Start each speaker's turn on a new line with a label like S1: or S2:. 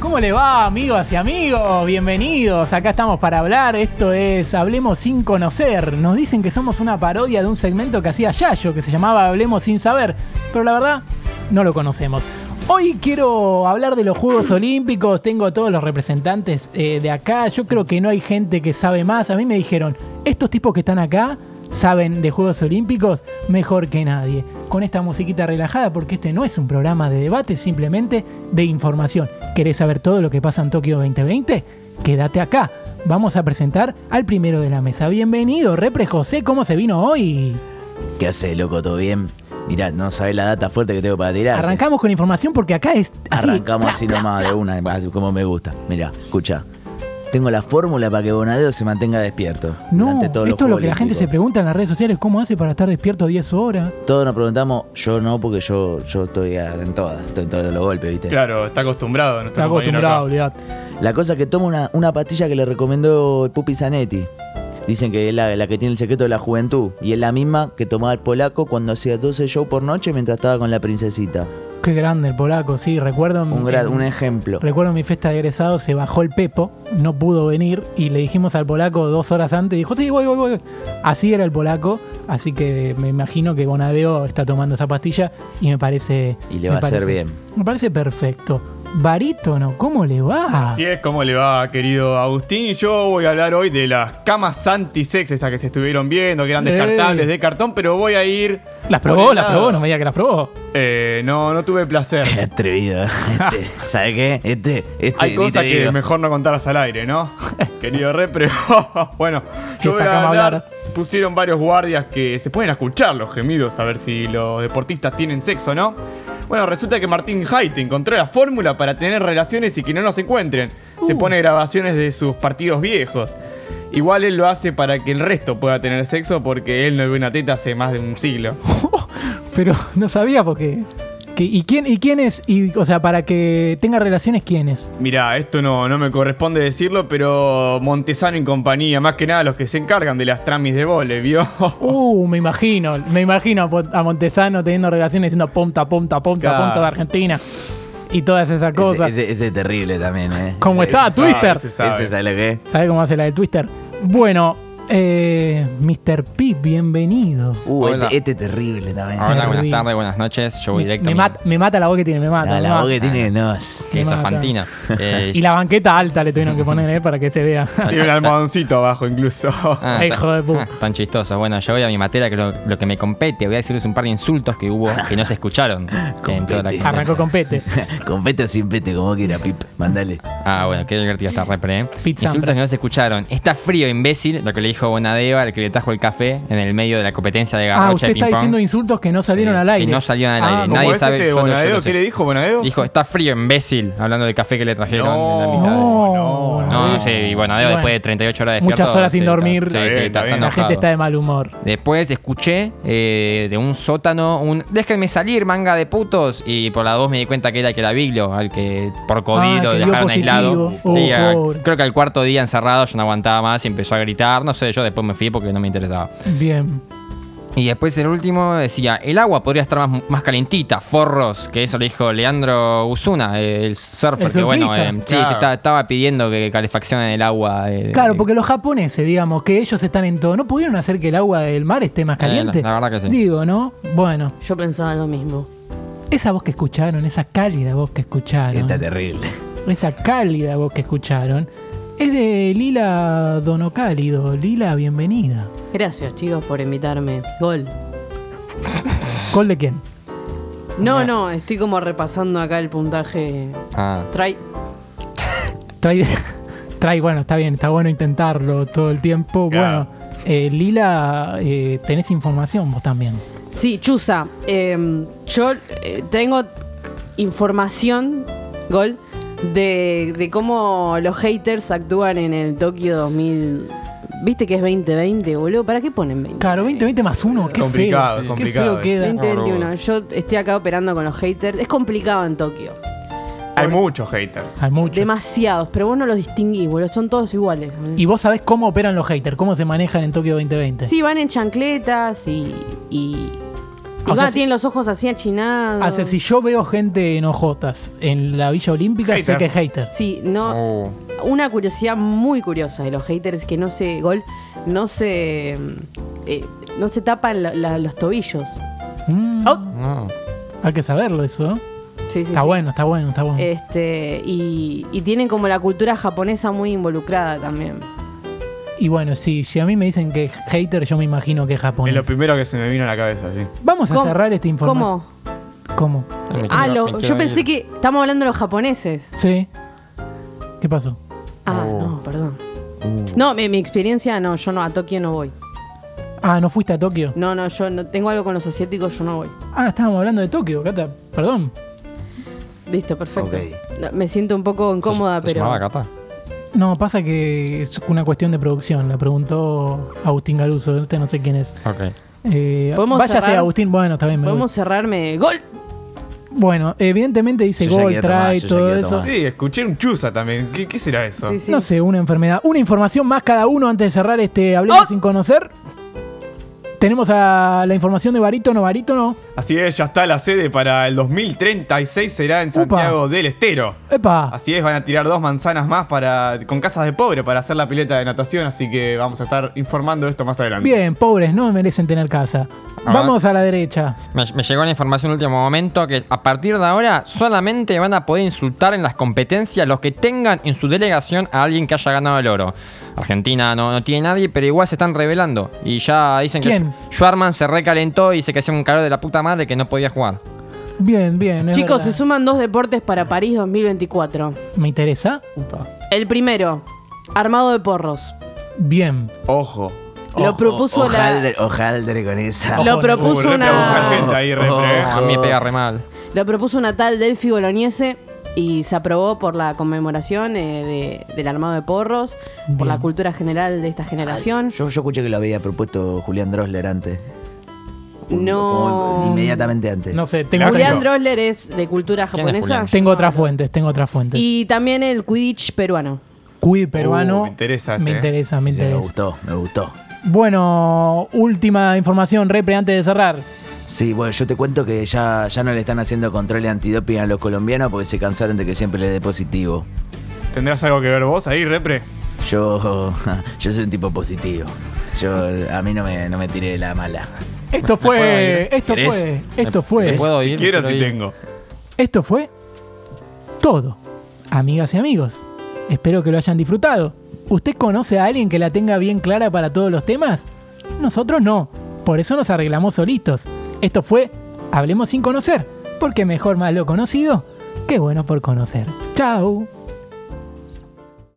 S1: ¿Cómo le va, amigos y amigos? Bienvenidos. Acá estamos para hablar. Esto es Hablemos sin conocer. Nos dicen que somos una parodia de un segmento que hacía Yayo, que se llamaba Hablemos sin saber. Pero la verdad, no lo conocemos. Hoy quiero hablar de los Juegos Olímpicos. Tengo a todos los representantes eh, de acá. Yo creo que no hay gente que sabe más. A mí me dijeron, estos tipos que están acá saben de Juegos Olímpicos mejor que nadie. Con esta musiquita relajada, porque este no es un programa de debate, simplemente de información. ¿Querés saber todo lo que pasa en Tokio 2020? Quédate acá. Vamos a presentar al primero de la mesa. Bienvenido, Repre José. ¿Cómo se vino hoy?
S2: ¿Qué hace, loco? ¿Todo bien? Mirá, no sabés la data fuerte que tengo para tirar.
S1: Arrancamos con información porque acá es. así,
S2: Arrancamos
S1: fla,
S2: así
S1: fla,
S2: nomás
S1: fla.
S2: de una, así como me gusta. Mirá, escucha. Tengo la fórmula para que Bonadeo se mantenga despierto.
S1: No,
S2: durante todos los
S1: esto es lo
S2: Juegos
S1: que la gente se
S2: Olímpicos.
S1: pregunta en las redes sociales, ¿cómo hace para estar despierto 10 horas?
S2: Todos nos preguntamos, yo no, porque yo, yo estoy a- en todas, estoy en todos los golpes, ¿viste?
S3: Claro, está acostumbrado. nuestro
S1: Está
S3: compañero
S1: acostumbrado,
S3: acá.
S1: olvidate.
S2: La cosa es que toma una, una pastilla que le recomendó el Pupi Zanetti. Dicen que es la, la que tiene el secreto de la juventud. Y es la misma que tomaba el polaco cuando hacía 12 shows por noche mientras estaba con la princesita.
S1: Qué grande el polaco, sí, recuerdo. en-
S2: Un, gra-
S1: en-
S2: un ejemplo.
S1: Recuerdo mi fiesta de egresado, se bajó el Pepo, no pudo venir y le dijimos al polaco dos horas antes, dijo, sí, voy, voy, voy. Así era el polaco, así que me imagino que Bonadeo está tomando esa pastilla y me parece...
S2: Y le
S1: me
S2: va a hacer
S1: parece-
S2: bien.
S1: Me parece perfecto. Barítono, ¿cómo le va?
S3: Así es como le va, querido Agustín. Y yo voy a hablar hoy de las camas antisex, estas que se estuvieron viendo, que eran
S1: Sí.
S3: descartables de cartón, pero voy a ir.
S1: Las
S3: por
S1: probó,
S3: el
S1: las
S3: lado-
S1: probó, no me diga que las probó.
S3: Eh, no, no tuve placer.
S2: Qué atrevido. Este, ¿Sabe qué? Este, este.
S3: Hay
S2: ni
S3: cosas
S2: te
S3: que
S2: digo.
S3: mejor no contarlas al aire, ¿no? Querido repre. bueno,
S1: Si
S3: yo voy a
S1: sacamos a
S3: hablar.
S1: hablar.
S3: Pusieron varios guardias que se pueden escuchar los gemidos a ver si los deportistas tienen sexo, ¿no? Bueno, resulta que Martín Haidt encontró la fórmula para tener relaciones y que no nos encuentren. Se
S1: Uh.
S3: pone grabaciones de sus partidos viejos. Igual él lo hace para que el resto pueda tener sexo porque él no ve una teta hace más de un siglo.
S1: Pero no sabía porque... qué. ¿Y quién, ¿Y quién es? Y, o sea, para que tenga relaciones, ¿quién es?
S3: Mirá, esto no, no me corresponde decirlo, pero Montesano y compañía, más que nada los que se encargan de las tramis de vole, ¿vio?
S1: Uh, me imagino, me imagino a Po- a Montesano teniendo relaciones diciendo ponta, ponta, ponta,
S3: Claro.
S1: ponta de Argentina y todas esas
S2: Ese-
S1: cosas.
S2: Ese, ese es terrible también, ¿eh?
S1: ¿Cómo
S2: Ese-
S1: está Twister?
S3: se este sabe.
S2: Ese, ¿sabe lo que es?
S1: ¿Sabe cómo hace la de Twister? Bueno, eh, Mr. Pip, bienvenido.
S2: Uh,
S4: Hola.
S2: este, este es terrible también.
S1: Hola,
S4: Hola, buenas
S1: Terrible.
S4: tardes, buenas noches. Yo voy
S1: Me,
S4: directo.
S1: me
S4: a mi-
S1: mata, me mata la voz que tiene, me mata.
S2: No,
S1: me
S2: la voz
S1: mata.
S2: que tiene, no. es-
S4: Que
S1: me
S4: es
S1: mata.
S4: Fantina. Eh,
S1: Y la banqueta alta le tuvieron que poner, eh, para que se vea.
S3: Tiene un almohadoncito abajo incluso.
S4: ah,
S1: Ay,
S4: tan-
S1: hijo de pu-
S4: ah, tan chistosos. Bueno, yo voy a mi materia, que es lo, lo que me compete. Voy a decirles un par de insultos que hubo que no se escucharon en
S2: Compete.
S4: toda la clase.
S1: Arrancó con Pete.
S2: Con pete o sin pete, como quiera, Pip. Mandale.
S4: Ah, bueno, qué divertido está repre. ¿eh?
S1: Pizza
S4: Insultos
S1: hambre.
S4: que no se escucharon. Está frío, imbécil, lo que le dijo Bonadeva, el que le trajo el café en el medio de la competencia de garrocha
S1: Ah, usted
S4: de
S1: está
S4: ping-pong.
S1: diciendo insultos que no salieron
S4: Sí,
S1: al aire.
S4: que no salieron al aire.
S1: Ah,
S3: ¿Cómo
S4: Nadie
S3: es
S4: sabe,
S3: este de
S4: solo yo lo
S3: Bonadeo?
S4: sé.
S3: ¿Qué le dijo Bonadeo?
S4: Dijo, está frío, imbécil, hablando del café que le trajeron en la
S3: No.
S4: mitad. de-
S1: No,
S4: No, no, sí, y bueno, Adeo,
S1: Bueno,
S4: después de 38 horas
S1: muchas
S4: despierto.
S1: horas sin
S4: sí, está-
S1: dormir.
S4: sí,
S1: Está
S4: sí,
S3: bien, está
S4: está, está
S3: bien.
S1: La gente
S4: enojado.
S1: está de mal humor.
S4: Después escuché eh, de un sótano un déjenme salir, manga de putos. Y por la voz me di cuenta que era el que era Biglio, al que por COVID
S1: Ah,
S4: lo
S1: que dio
S4: dejaron
S1: positivo.
S4: aislado.
S1: Oh,
S4: Sí, a-
S1: pobre.
S4: creo que al cuarto día encerrado yo no aguantaba más y empezó a gritar. No sé, yo después me fui porque no me interesaba.
S1: Bien.
S4: Y después el último decía, el agua podría estar más, más calentita, forros, que eso le dijo Leandro Usuna, eh, el surfer,
S1: El
S4: que bueno,
S1: surfista.
S4: eh, sí,
S3: Claro.
S4: que está- estaba pidiendo que calefaccionen el agua. eh,
S1: Claro,
S4: eh,
S1: porque los japoneses, digamos, que ellos están en todo, ¿no pudieron hacer que el agua del mar esté más
S4: Eh, la-
S1: caliente?
S4: la verdad que sí.
S1: Digo, ¿no? Bueno,
S5: Yo pensaba lo mismo.
S1: esa voz que escucharon, esa cálida voz que
S4: Este,
S1: escucharon,
S2: Está terrible.
S1: esa cálida voz que escucharon, es de Lila Donocálido. Lila, bienvenida.
S5: Gracias, chicos, por invitarme. Gol.
S1: ¿Col de quién?
S5: No, no, estoy como repasando acá el puntaje.
S4: Ah.
S5: Trae.
S1: Trae, trae- bueno, está bien, está bueno intentarlo todo el tiempo.
S3: Claro.
S1: Bueno, eh, Lila, eh, tenés información vos también.
S5: Sí, Chusa. eh, yo eh, tengo información, Gol, de, de cómo los haters actúan en el Tokio 2000. ¿Viste que es 2020, boludo? ¿Para qué ponen 20?
S1: Claro, 2020 más uno, qué
S3: Complicado,
S1: feo.
S3: complicado
S1: Qué feo queda.
S5: 2021. Yo estoy acá operando con los haters. Es complicado en Tokio.
S3: Hay muchos haters.
S1: Hay muchos.
S5: Demasiados, pero vos no los distinguís, boludo. Son todos iguales.
S1: Y vos sabés cómo operan los haters, cómo se manejan en Tokio 2020.
S5: Sí, van en chancletas y, y
S1: O
S5: Iván
S1: sea, si-
S5: tiene los ojos así achinados.
S1: Hace, si yo veo gente en ojotas en la Villa Olímpica, sé
S3: Hater.
S1: que es hater.
S5: Sí, no.
S4: Oh.
S5: Una curiosidad muy curiosa de los haters es que no se. Gol. No se. mm, eh, no se tapan la- la- los tobillos.
S1: Mm,
S5: Oh,
S4: Ah.
S1: Hay que saberlo eso. ¿eh?
S5: sí, sí,
S1: Está
S5: sí.
S1: bueno, está bueno, está bueno.
S5: Este, y, y tienen como la cultura japonesa muy involucrada también.
S1: Y bueno, sí, si a mí me dicen que es hater, yo me imagino que es japonés.
S3: Es lo primero que se me vino a la cabeza, sí.
S1: Vamos a
S5: ¿Cómo?
S1: cerrar este informe.
S5: ¿Cómo?
S1: ¿Cómo?
S4: Me
S5: Ah,
S4: quiero-
S5: lo-
S4: me quiero
S5: yo pensé
S4: ir.
S5: que estamos hablando de los japoneses.
S1: Sí. ¿Qué pasó?
S5: Ah, no, perdón. No, mi, mi experiencia, no, yo no, a Tokio no voy.
S1: Ah, ¿no fuiste a Tokio?
S5: No, no, yo no tengo algo con los asiáticos, yo no voy.
S1: Ah, estábamos hablando de Tokio, Cata. Perdón.
S5: Listo, perfecto.
S2: Ok.
S5: No, me siento un poco incómoda,
S4: ¿Se
S5: pero.
S4: llamaba Cata?
S1: No, pasa que es una cuestión de producción. La preguntó Agustín Galuso. Usted no sé quién es.
S4: Ok.
S1: Eh,
S5: ¿Podemos
S1: váyase,
S5: cerrar?
S1: Agustín. Bueno, está bien. me voy.
S5: Podemos cerrarme. ¡Gol!
S1: Bueno, evidentemente dice
S2: Yo ya
S1: gol,
S2: quería tomar,
S1: trae,
S2: yo ya
S1: todo
S2: quería
S1: eso.
S2: tomar.
S3: Sí, escuché un chusa también. ¿Qué, qué será eso?
S5: Sí, sí.
S1: No sé, una enfermedad. Una información más cada uno antes de cerrar este Hablemos
S5: ¡Oh!
S1: sin conocer. Tenemos a la información de Barítono, Barítono.
S3: Así es, ya está la sede para el 2036, será en Santiago del Estero.
S1: ¡Epa!
S3: Así es, van a tirar dos manzanas más para con casas de pobre para hacer la pileta de natación, así que vamos a estar informando de esto más adelante.
S1: Bien, pobres, no merecen tener casa.
S4: Ah.
S1: Vamos a la derecha.
S4: Me, me llegó la información en el último momento que a partir de ahora solamente van a poder insultar en las competencias los que tengan en su delegación a alguien que haya ganado el oro. Argentina no, no tiene nadie, pero igual se están revelando. Y ya dicen
S1: ¿Quién?
S4: que Sch- Schwarman se recalentó y dice que hacía un calor de la puta madre que no podía jugar.
S1: Bien, bien. es
S5: Chicos,
S1: verdad.
S5: se suman dos deportes para París 2024.
S1: Me interesa.
S5: El primero, armado de porros.
S1: Bien.
S3: Ojo.
S5: Lo
S2: Ojo,
S5: propuso
S2: ojaldre, ojaldre con esa.
S5: la. Lo propuso
S3: Uh, re te busca
S5: una.
S3: gente ahí, re
S2: Oh.
S3: pre-
S4: A mí me pega re mal.
S5: Lo propuso una tal Delphi Bolognese y se aprobó por la conmemoración eh, de- del armado de porros, por
S1: Bien.
S5: la cultura general de esta generación.
S2: Yo, yo escuché que lo había propuesto Julián Drosler antes. Un-
S5: No.
S2: un- inmediatamente antes.
S1: No sé, tengo,
S3: Leandro.
S5: Julián
S1: otra-
S5: Drosler es de cultura
S4: ¿Quién es
S5: japonesa.
S4: Julián?
S5: Yo
S1: tengo
S5: no-
S1: otras fuentes, tengo otras fuentes.
S5: Y también el Quidditch peruano.
S1: Cuy peruano.
S3: Uh, me interesa ese,
S1: Me
S3: eh.
S1: interesa, me
S2: Sí, me
S1: interesa.
S2: gustó, me gustó.
S1: Bueno, última información, Repre, antes de cerrar.
S2: Sí, bueno, yo te cuento que ya, ya no le están haciendo controles antidoping a los colombianos porque se cansaron de que siempre le dé positivo.
S3: ¿Tendrás algo que ver vos ahí, Repre?
S2: Yo, yo soy un tipo positivo. Yo, a mí no me, no me tiré la mala.
S1: Esto
S4: puedo
S1: fue.
S4: ir?
S1: Esto
S2: ¿Querés?
S1: fue. Esto
S4: ¿Me-
S1: fue.
S4: me puedo ir?
S3: Quiero
S4: Me
S3: si
S4: ir.
S3: tengo.
S1: Esto fue todo, amigas y amigos. Espero que lo hayan disfrutado. ¿Usted conoce a alguien que la tenga bien clara para todos los temas? Nosotros no. Por eso nos arreglamos solitos. Esto fue Hablemos sin conocer, porque mejor más lo conocido que bueno por conocer. Chao.